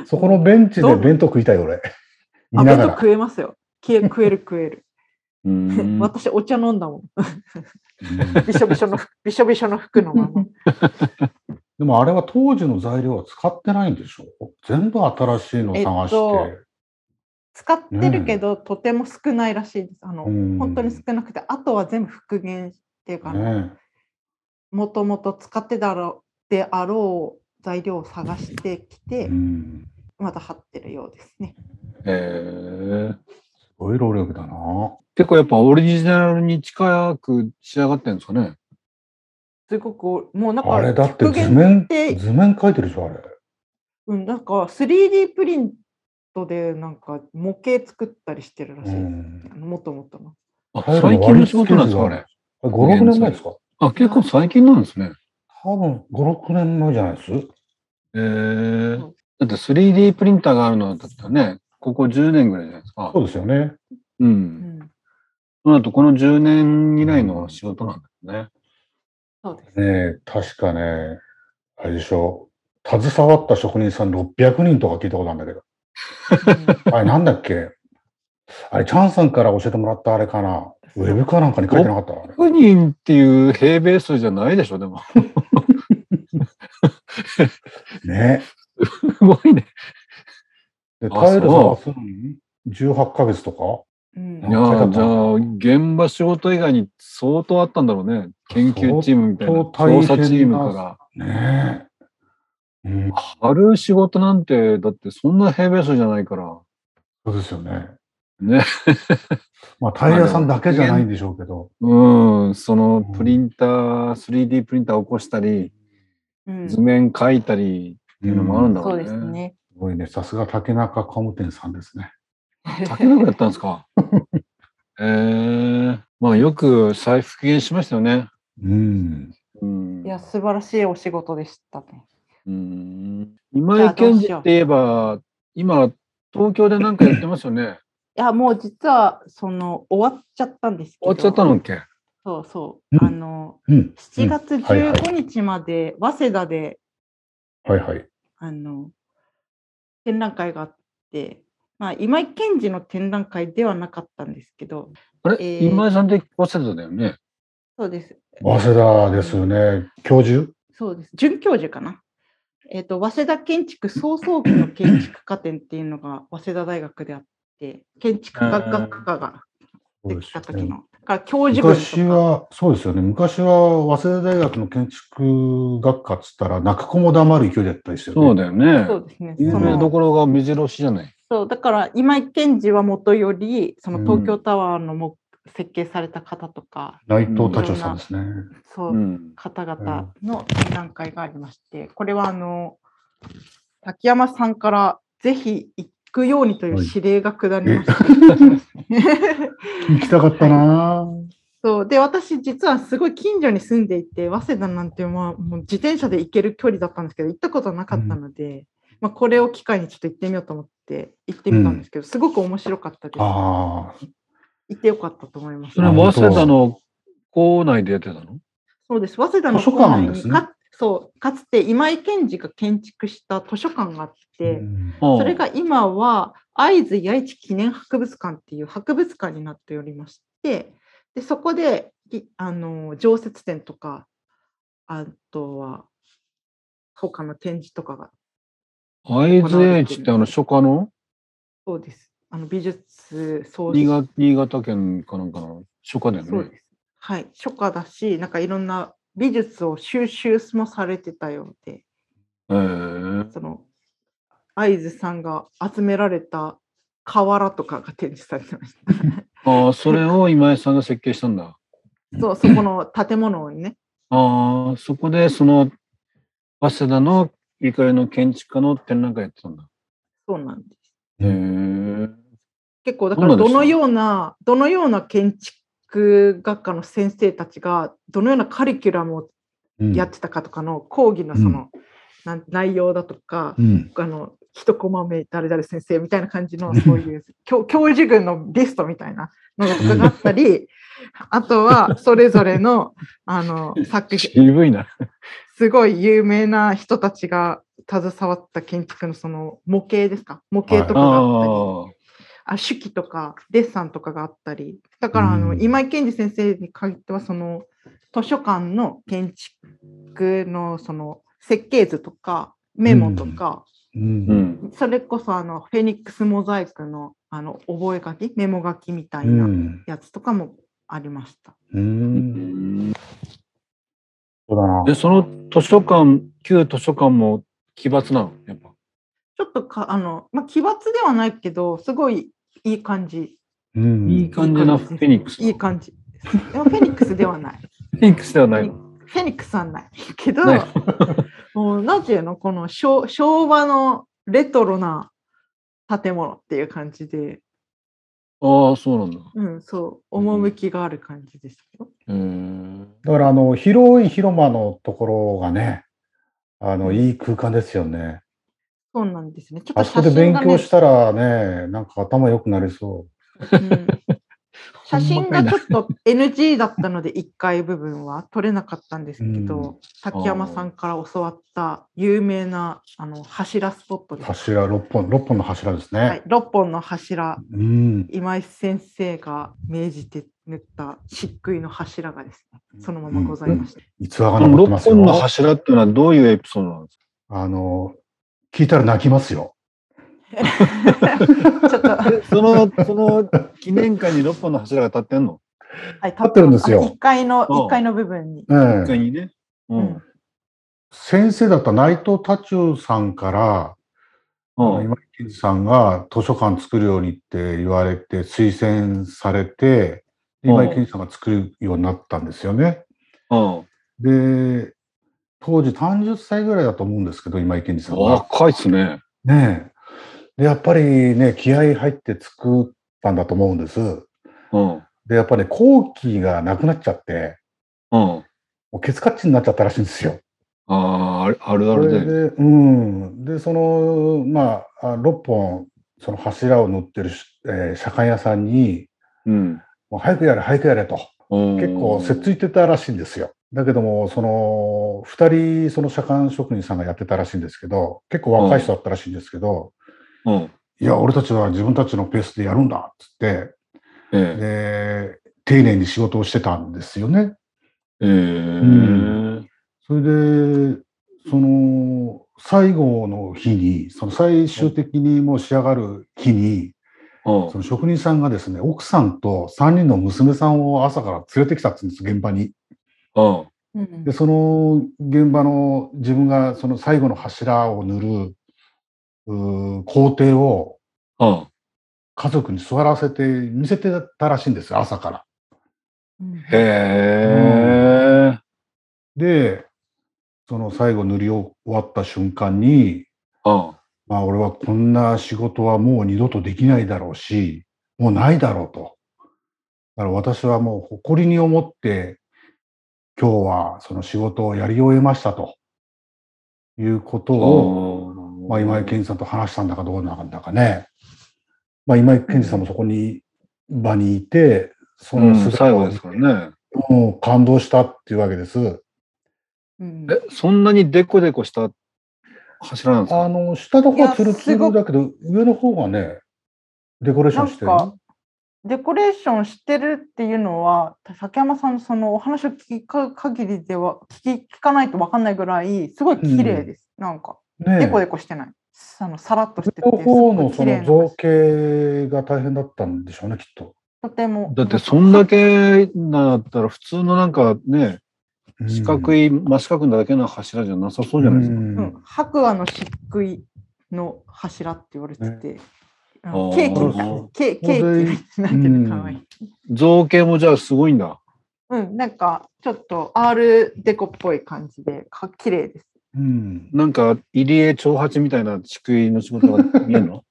B: そこのベンチ
A: ど
B: で
A: う
B: 弁当食いたい俺。
A: あ
B: 見
A: 弁
B: な
A: 当
B: がら。
A: 食えますよ。 消え食える食える。
C: うん
A: 私、お茶飲んだもん。
B: うん
A: びしょびしょの、びしょびしょの服のまま。
B: でもあれは当時の材料は使ってないんでしょ全部新しいのを探して。
A: えっ使ってるけど、とても少ないらしいです。あの、
B: うん
A: 本当に少なくて、あとは全部復元っていうか、
B: ね
A: もともと使ってだろうであろう材料を探してき
B: え
A: て
B: う、ん。
A: まだ貼ってるようですね。
C: えー
B: すごい労力だな。
C: 結構やっぱオリジナルに近く仕上がってるんですかね。
A: すごく、もうなんか、
B: あれだって
A: 復
B: 図
A: 元
B: 面
A: て、
B: 図面描いてるでしょ、あれ。
A: うん、なんか 3D プリントでなんか模型作ったりしてるらしいです。
B: うん
A: あのもともとの。
C: あ最近の仕事なんですかあれ。
B: あれ5、6年前ですか
C: あ結構最近なんですね。
B: 多分5、6年前じゃないです
C: えー、だって 3D プリンターがあるのだったらね、ここ10年ぐらいじゃないですか
B: そ。うですよね。
C: う。
A: うんん、
C: そうなるとこの10年以内の仕事なんですね。
A: そうです。
B: ねえ、確かね、あれでしょ。携わった職人さん600人とか聞いたことあるんだけど。あれなんだっけあれ、チャンさんから教えてもらったあれかなウェブかなんかに書いてなかったあれ
C: 100人っていう平米数じゃないでしょ、でも。
B: ね
C: すごいね。
B: で、
C: あ
B: タイル
C: そう
B: 探すのに18ヶ月とか
A: うん
C: いやーじゃあ、現場仕事以外に相当あったんだろうね。研究チームみたいな。
B: 相当大
C: 調
B: 変な
C: 査チームから。
B: ねえ。うん、
C: ある仕事なんて、だってそんな平米数じゃないから。
B: そうですよね。
C: ね。
B: まあ、タイル屋さんだけじゃないんでしょうけど。
C: うん。その
B: うん
C: プリンター、3D プリンター起こしたり、
A: うん
C: 図面描いたりっていうのもあるん
B: うん
C: だろ
D: そうう
C: ね。
D: ですね。
B: すごいね。さすが竹中工務店さんですね。
C: 竹 中やったんですか。ええまあよく再復元しましたよね。
B: うん。
C: うん。
A: いや、素晴らしいお仕事でしたね。
C: うん今井健二って言えば、今、東京で何かやってますよ ね。
A: いや、もう実は、その、終わっちゃったんですけ
C: 終
A: ど。
C: わっちゃったのっけ
A: そうそうう。
B: ん
A: あの、
B: うん。
A: 7月
B: うんはいはい
A: 15日まで、早稲田で、
B: はいはい。
A: あの、展覧会があって、まあ、今井賢治の展覧会ではなかったんですけど、
C: あれ、
A: えー
C: 今井さんって早稲田だよね。
A: そうです。
B: 早稲田ですよね。教授
A: そうです。准教授かな。えっ、と、早稲田建築創造期の建築家展っていうのが 早稲田大学であって、建築学学科ができた時の。だから教授軍と
B: 昔
A: か。
B: は、そうですよね。昔は、早稲田大学の建築学科っつったら、泣く子も黙る勢いだったりして、
C: そうだよね。
A: そうですね。
C: 有
A: そ
C: 名ど
A: の
C: ころが目白押しじゃない。
A: そうだから今井賢治はもとより、その
B: うん
A: 東京タワーのも、設計された方とか、
B: 内藤達夫さんですね。
A: そうう、
C: ん。
A: 方々の展覧会がありまして、これはあの、滝山さんからぜひ行くようにという指令が下りました。
B: 行きたかったなぁ
A: そうで私実はすごい近所に住んでいて早稲田なんて、まあ、もう自転車で行ける距離だったんですけど行ったことなかったので、まあ、これを機会にちょっと行ってみようと思って行ってみたんですけど、すごく面白かったです。行
B: ああ、
A: ってよかったと思います。
C: それは早稲田の校内でやってたの
A: そうです早稲田の
B: 図書
A: 校
B: 館
A: 内に
B: ですね
A: かそうかつて今井賢治が建築した図書館があって、
B: うん
A: それが今は会津八市記念博物館っていう博物館になっておりましてでそこでいあの常設展とかあとは他の展示とかが
C: 会津英知ってあの初夏の
A: そうですあの美術創
C: 新
A: 造
C: 潟新潟県かなんかの初夏だ
A: そ
C: よ
A: う
C: ね
A: で。すはい初夏だしなんかいろんな美術を収集もされてたようで
C: えー、
A: その会津さんが集められた瓦とかが展示されてました。
C: ああ、それを今井さんが設計したんだ。
A: そうそこの建物をね
C: ああ、そこでその早稲田のゆかりの建築家の展覧会やってたんだ。
A: そうなんです
C: へえ。
A: 結構だ
C: ど
A: か
C: ん
A: ら
C: なでし
A: ど
C: た
A: のようなどのような建築学科の先生たちがどのようなカリキュラムを
B: うん
A: やってたかとかの講義のその、なん内容だとか、
B: うん
A: あの一コマ目誰々先生みたいな感じのそういう教教授群のリストみたいなのとかがあったりあとはそれぞれのあの作品
C: 渋いな。
A: すごい有名な人たちが携わった建築のその模型ですか模型とかがあったり。
C: あ
A: あ手記とかデッサンとかがあったりだからあの、
B: うん
A: 今井健二先生に限ってはその図書館の建築のその設計図とかメモとか、
B: うん
C: うん。
A: それこそあのフェニックスモザイクのあの覚書きメモ書きみたいうなんやつとかもありました。
B: うんそうだな
C: で、その図書館、旧図書館も奇抜なの、やっぱ。
A: ちょっとかあの、まあ、奇抜ではないけどすごいいい感じ
B: うん
C: いい感じなフェニックス。
A: いい感じ。いやフェニックスではない。
C: フェニックスではないの。
A: フェニックスはないけど、
C: ない
A: もうなんていうのこの昭昭和のレトロな建物っていう感じで、
C: ああ、そうなんだ。
A: うん、そう、趣がある感じですよ。
C: へー
B: だからあの広い広間のところがねあのいい空間ですよね。
A: そうなんですね。ちょっと
B: あそこ
A: 写
B: で
A: 真
B: 勉
A: が、ね、
B: 強したらねなんか頭良くなりそ
A: うん写真がちょっと NG だったので、1階部分は撮れなかったんですけど、
B: うん
A: 滝山さんから教わった有名なあの柱スポット
B: う
A: です。
B: 柱6本6本の柱ですね。
A: はい、6本の柱
B: うん
A: 今井先生が命じて塗った漆喰の柱がですね、そのままございました。
B: 逸話が
C: この
B: 残ってま
C: 六
B: すよ
C: 本の柱っていうのはどういうエピソードなんですか
B: あの聞いたら泣きますよ。
A: ちょっと、 はい、
C: えその、その記念館に六本の柱が立ってん の
A: 立
B: ってるんですよ
A: 1階の、
C: うん
A: 一階の部分に。
B: え
C: 一
B: え
C: 階にね。う
A: うん
C: ん。
B: 先生だった内藤太忠さんから、
C: う
B: あの
C: ん。
B: 今井健二さんが図書館作るようにって言われて推薦されて
C: うん
B: 今井健二さんが作るようになったんですよね。
C: うん。
B: で当時30歳ぐらいだと思うんですけど今井健二さんが。
C: 若いっすね。
B: ねえでやっぱりね気合入って作ったんだと思うんです。
C: うん。
B: でやっぱり、ね、後期がなくなっちゃって
C: うん。
B: もうケツカッチになっちゃったらしいんですよ。
C: ああ、あるあるあ
B: そ
C: る
B: れ
C: で。
B: で、うん。で、その、まあ、あ6本、その柱を塗ってるし、えー、社会屋さんに、
C: うん。
B: もう早くやれ、早くやれと、
C: 結
B: 結構、せっついてたらしいんですよ。だけども、その、2人、その社会職人さんがやってたらしいんですけど、結構若い人だったらしいんですけど、
C: うん。
B: いや、俺たちは自分たちのペースでやるんだ、っつって、
C: ええ。
B: で、丁寧に仕事をしてたんですよね。
C: え
B: ん
C: え。
B: それで、その、最後の日に、その最終的にもう仕上がる日に、
C: うん
B: その職人さんがですね、奥さんと3人の娘さんを朝から連れてきたって言うんです、現場に。
C: うん。
A: うん
B: で、その現場の自分がその最後の柱を塗るうー工程を
C: うん。
B: 家族に座らせて見せてたらしいんです、朝から。
A: うん
C: へえ。
B: で、その最後塗り終わった瞬間に、
C: うん。
B: まあ、俺はこんな仕事はもう二度とできないだろうし、もうないだろうと。だから私はもう誇りに思って、今日はその仕事をやり終えましたということを、まあ、今井健二さんと話したんだかどうなんだかね。まあ、今井健二さんもそこに、場にいて、そ
C: うん
B: の
C: 最
B: 姿
C: 後
B: を
C: ですからね。
B: もう感動したっていうわけです。
A: うん
C: え、そんなにデコデコした柱なんです
B: あ
C: か
B: の、下の方はい
A: や
B: ツルツ
A: すご
B: ル
A: く
B: だけど、上の方がね、デコレーションしてる。
A: なんかデコレーションしてるっていうのは竹山さんのそのお話を聞く限りでは聞き聞かないと分かんないぐらいすごい綺麗です、なんか
B: ねえ
A: デコデコしてないあのさらっとしてて
B: 両方の
A: すご
B: そ
A: い綺麗
B: の
A: な
B: 造形が大変だったんでしょうね、きっと。
A: とても
C: だってそんだけだったら普通のなんかね、四角
B: い
C: い、真四角なだけの柱じゃなさそうじゃないですか。
A: うん、白亜の漆喰の柱って言われてて、あの
C: あー
A: ケーキみたいな、ケケーキみたいななんていうのかわいい。
C: 造形もじゃあすごいんだ。
A: うん、なんかちょっとアールデコっぽい感じで、か綺麗です。
B: うん。
C: なんか入江長八みたいな地区の仕事が見える の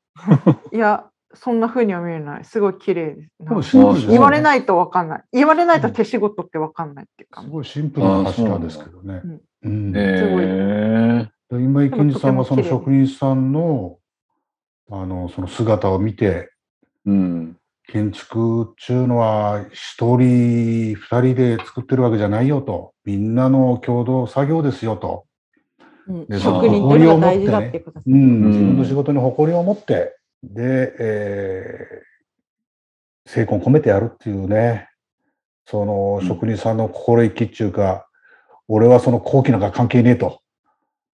A: いや、そんな風には見えない。すごい綺麗です。
B: でも
A: なんか
B: シンプルですね
A: 言われないとわかんない。言われないと手仕事ってわかんないっていうか
B: す、ごいシンプルな柱ですけどね。うんで
C: へえ。
B: 今井健二さんはその
A: でもとて
B: 職人さんのあのその姿を見て、
C: うん。
B: 建築っていうのは一人、二人で作ってるわけじゃないよと。みんなの共同作業ですよと。
A: うん
B: で
A: 職人っていうのが大事だっていうことです
B: う
A: ね。
B: ん、
C: うん
B: 自分の仕事に誇りを持って、で、え精魂込めてやるっていうね、その
C: うん
B: 職人さんの心意気っていうか、俺はその高貴なんか関係ねえと。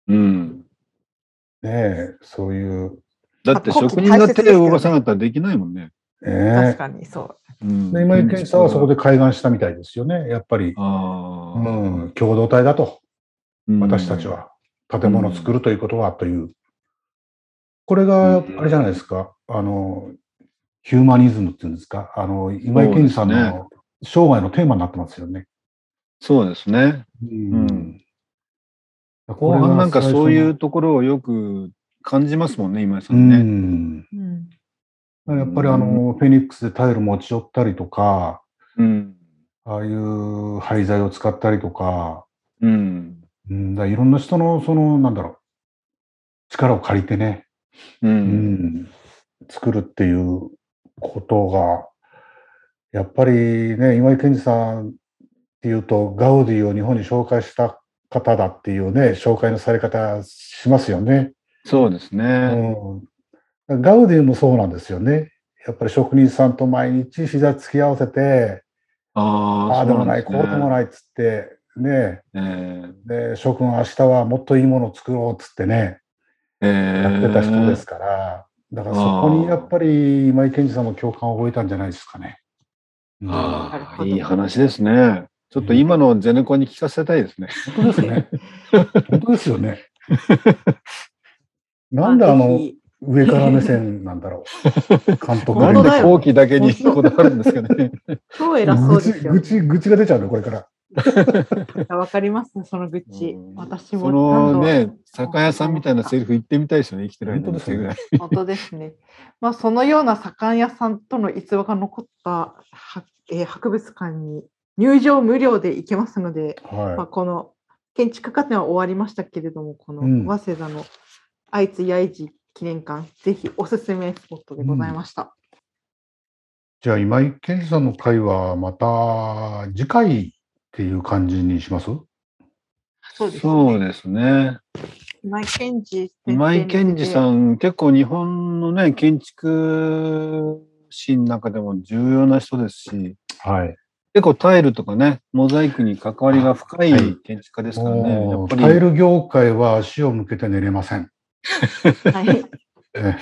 C: うん。
B: ねえ、そういう、
C: だって
A: あコキ
C: 職人が手を動かさなかったらできないもんね。
B: ね
A: 確かにそう。
C: うん
B: で今井健さんはそこで開眼したみたいですよね、やっぱり。
C: あ
B: う
C: あ、
B: ん、共同体だと、
C: うん
B: 私たち。は。建物を作るということはという。これが、あれじゃないですか、あの、ヒューマニズムっていうんですか、あの、今井健さん
C: そう
B: の生涯のテーマになってますよね。
C: そうですね。
B: うん。
C: 後半なんかそういうところをよく感じますもんね、今井さんね。
A: うん
B: うん、やっぱりあの、フェニックスでタイル持ち寄ったりとか、
C: うん。
B: ああいう廃材を使ったりとか、
C: うん。
B: うん、だからいろんな人の、その、なんだろう、力を借りてね、
C: う。
B: うんん、作るっていうことが、やっぱりね、今井健二さんっていうと、ガウディを日本に紹介した方だっていうね、紹介のされ方しますよね。
C: そうですね。
B: うん、ガウディもそうなんですよね。やっぱり職人さんと毎日膝つき合わせて、
C: あ
B: ああでもない、こうでも
C: い。
B: ないっつって、ね
C: ええ
B: で、諸君明日はもっといいものを作ろうっつってね、
C: え
B: や
C: え
B: ってた人ですから、だからそこにやっぱり今井健二さんも共感を覚えたんじゃないですかね。うん
A: なる
C: あ
A: ほど
C: あ、いい話ですね。ちょっと今のゼネコンに聞かせたいですね。
B: 本当ですね。本当ですよね。なんで あ
A: まぜ
B: の
A: ひ
B: 上から目線なんだろう、 監督
C: な
A: 本
C: ん
A: 当
C: で
A: だよ
C: 後期だけにこだわるんですかね。
A: 超偉そうですよ
B: 愚。痴、愚痴愚痴が出ちゃうね、これから。
A: わかりますね、その愚痴
C: う。ん
A: 私も
C: その
A: 何
C: ね
A: 度、
C: 酒屋さんみたいなセリフ言ってみたいですよね、生きてる間に
B: 本当ですよね
A: 本当ですね。まあ、そのような左官屋さんとの逸話が残った、はえー博物館に入場無料で行けますので、
B: はい。
A: まあ、この建築家展は終わりましたけれども、この
B: うん
A: 早稲田の愛知八重寺記念館、ぜひおすすめスポットでございました。
B: じゃあ、今井健二さんの回はまた次回っていう感じにします
A: そうですね。
C: そうですね。
A: 今井健二
C: 今井健二
A: ん。
C: さん、結構日本のね、建築史の中でも重要な人ですし、
B: はい。
C: 結構タイルとかね、モザイクに関わりが深い
B: はい
C: 建築家ですからね。や
B: も
C: っ
B: う
C: ぱ
B: タイ
C: り
B: ル業界は足を向けて寝れません。
A: はい。
B: え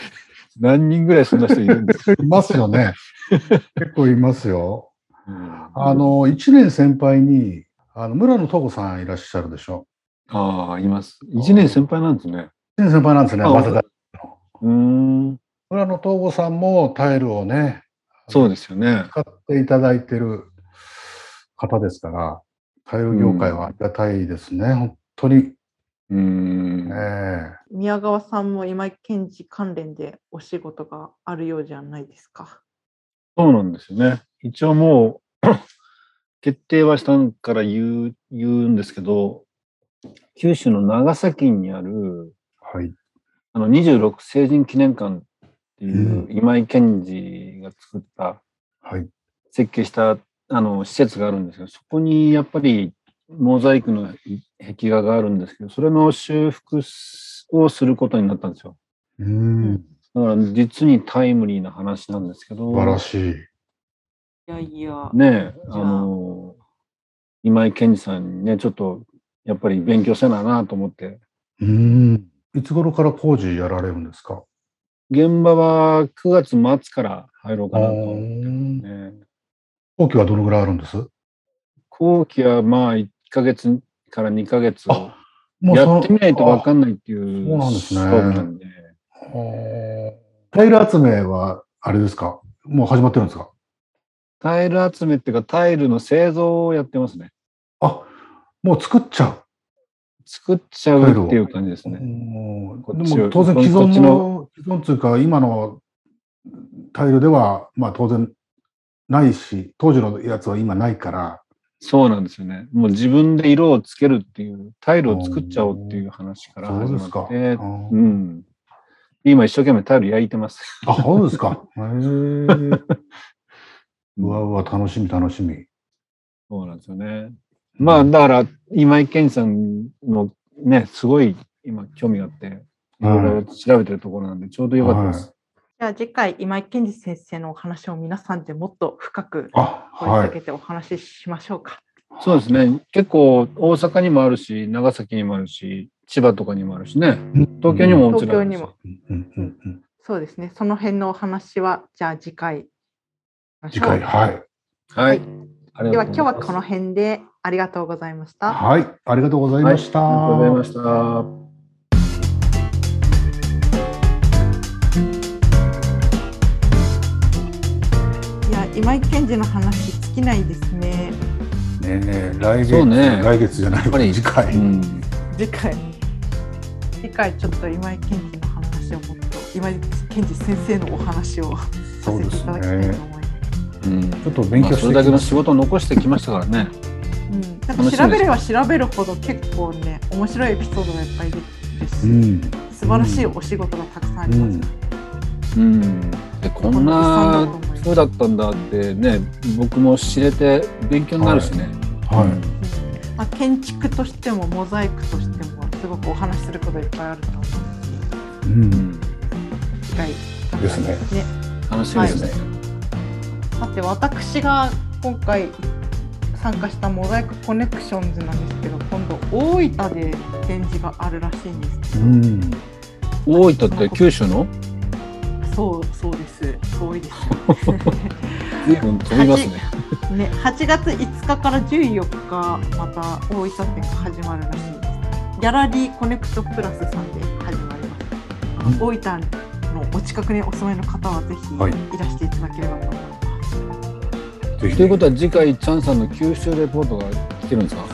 C: 何人ぐらいそんな人いるん ですか、
B: えいます よね。結構いますよ。
C: うん
B: あの、1年先輩に、あの村野東子さんいらっしゃるでしょ。
C: ああ、います。一年先輩なんですね。
B: 1年先輩なんですね、
C: あ
B: 早稲田
C: うーん、
B: 村野東子さんもタイルをね、
C: そうですよね。
B: 使っていただいてる方ですから、タイル業界はありがたいですね、本当に。
C: うーん
B: え。え
A: 宮川さんも今井健二関連でお仕事があるようじゃないですか。
C: そうなんですよね。一応もう、 決定はしたから言う、言うんですけど、九州の長崎にある、
B: はい。
C: あの、26成人記念館っていう、今井賢治が作った、
B: はい。
C: 設計した、あの、施設があるんですけど、そこにやっぱり、モザイクの壁画があるんですけど、それの修復をすることになったんですよ。
B: うん。
C: だから実にタイムリーな話なんですけど、
B: 素晴らしい。
A: いやいや。
C: ねえ、
A: じゃあ
C: あの、今井健二さんにね、ちょっと、やっぱり勉強せななと思って、
B: うん。いつ頃から工事やられるんですか
C: 現場は9月末から入ろうかなと思って
B: うん
C: ね。
B: 工期はどのぐらいあるんです
C: 後期はまあ1ヶ月から2ヶ月を
B: あも
C: やってみないとわか
B: ん
C: んないっていう
B: そうなんですね
C: 勝負なんで。
B: ない。タイル集めは、あれですかもう始まってるんですか
C: タイル集めっていうか、タイルの製造をやってますね。
B: あ、もう作っちゃ
C: 作っちゃうっていう感じです
B: う。う
C: ね。
B: ん
C: こっ
B: で
C: ち
B: も当然
C: こっ
B: 既
C: ち
B: 存の
C: の、
B: 既存というか、今のタイルでは、まあ当然ないし、当時のやつは今ないから、
C: そうなんですよね。もう自分で色をつけるっていう、タイルを作っちゃおうっていう話から
B: そう
C: 始
B: で
C: ます
B: か
C: っ。て
B: う、ん
C: うん。今一生懸命タイル焼いてます。
B: あ、そうで すか。へえ。うわ
C: そう
B: わ、楽しみ、楽しみ。
C: うなんですよね。まあだから今井健二さんのね、すごい今興味があって、いろいろ調べてるところなんでちょうどよかったです。
A: じゃあ次回、今井健二先生のお話を皆さんでもっと深く
B: あ、
A: 掘り下
B: は
A: げ
B: い。
A: てお話ししましょうか。
C: そうですね。結構大阪にもあるし、長崎にもあるし、千葉とかにもあるしね。東京にももちろんあるし
A: 東京にも
B: うんうんうんうん
A: そうですね。その辺のお話は、じゃあ次回。
B: 次回、はい。
C: はい。あり
A: では
C: がと
A: 今
C: うご
A: 日は
C: ざいます
A: この辺でありがとうございました。
B: はい。ありがとうございました。
C: はいありがとうございました。
A: いや、今井健二の話尽きないですね。
B: ねえねえ来
C: そ
B: 月、
C: うね
B: 来月じゃない
C: やっぱり
B: 次回、
C: うん
A: 次回。次回ちょっと今井健二の話をもっと、今井健二先生のお話をさ
B: そ
A: せ
B: うで
A: てい
B: す
A: ただきたいと
B: ね
A: 思います。
C: うん
B: ちょっと勉
C: まあ
B: 強
C: そ
B: し
C: れ
B: て
C: だけの
B: きます
C: 仕事を残してきましたからね。
A: うん、なんか調べれば調べるほど結構ね、面白いエピソードがいっぱい出てくるし、
B: うん
A: 素晴らしいお仕事がたくさんありますよね。
C: うん、でこんな風だったんだってね、僕も知れて勉強になるしね。
B: はい
A: まあ、建築としてもモザイクとしてもすごくお話しすることいっぱいあると思うし
B: う
C: うんん、
A: 次回
B: ですね
C: 楽しみですね。
A: さて私が今回参加したモザイクコネクションズなんですけど今度大分で展示があるらしいんですけ
B: う
A: ど、
B: ん
C: 大分って九州の
A: そうそうです遠いです
C: 随分飛びますね。
A: よね8月5日から14日また大分展が始まるらしいですギャラリーコネクトプラスさんで始まりますあの大分のお近くにお住まいの方はぜ
B: はい
A: ひいらしていただければと思います、
B: ぜひ
C: ということは次回チャンさんの九州レポートが来てるんです か。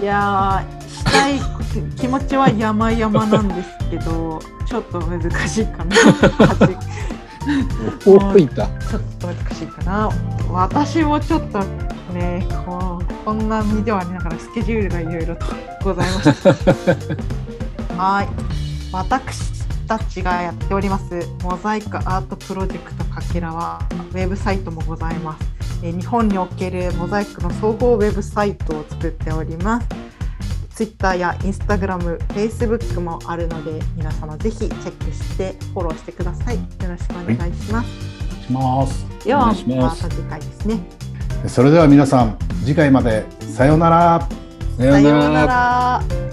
A: いやーしたいこと気持ちは山々なんですけどちょっと難しいかなはじ
C: 大分。
A: ちょっと難しいかな私もちょっとねこうこんな身ではありながらスケジュールがいろいろとございましたはい私たちがやっておりますモザイクアートプロジェクトかけらはウェブサイトもございますえー日本におけるモザイクの総合ウェブサイトを作っております Twitter や Instagram、Facebook もあるので皆様ぜひチェックしてフォローしてくださいよろしくお願いします
B: します
A: では
C: お
A: ま
C: 願いします
A: た次回ですね。
B: それでは皆さん次回までさようなら
C: さよう
A: さ
C: な
A: ような
C: ら。
A: ら。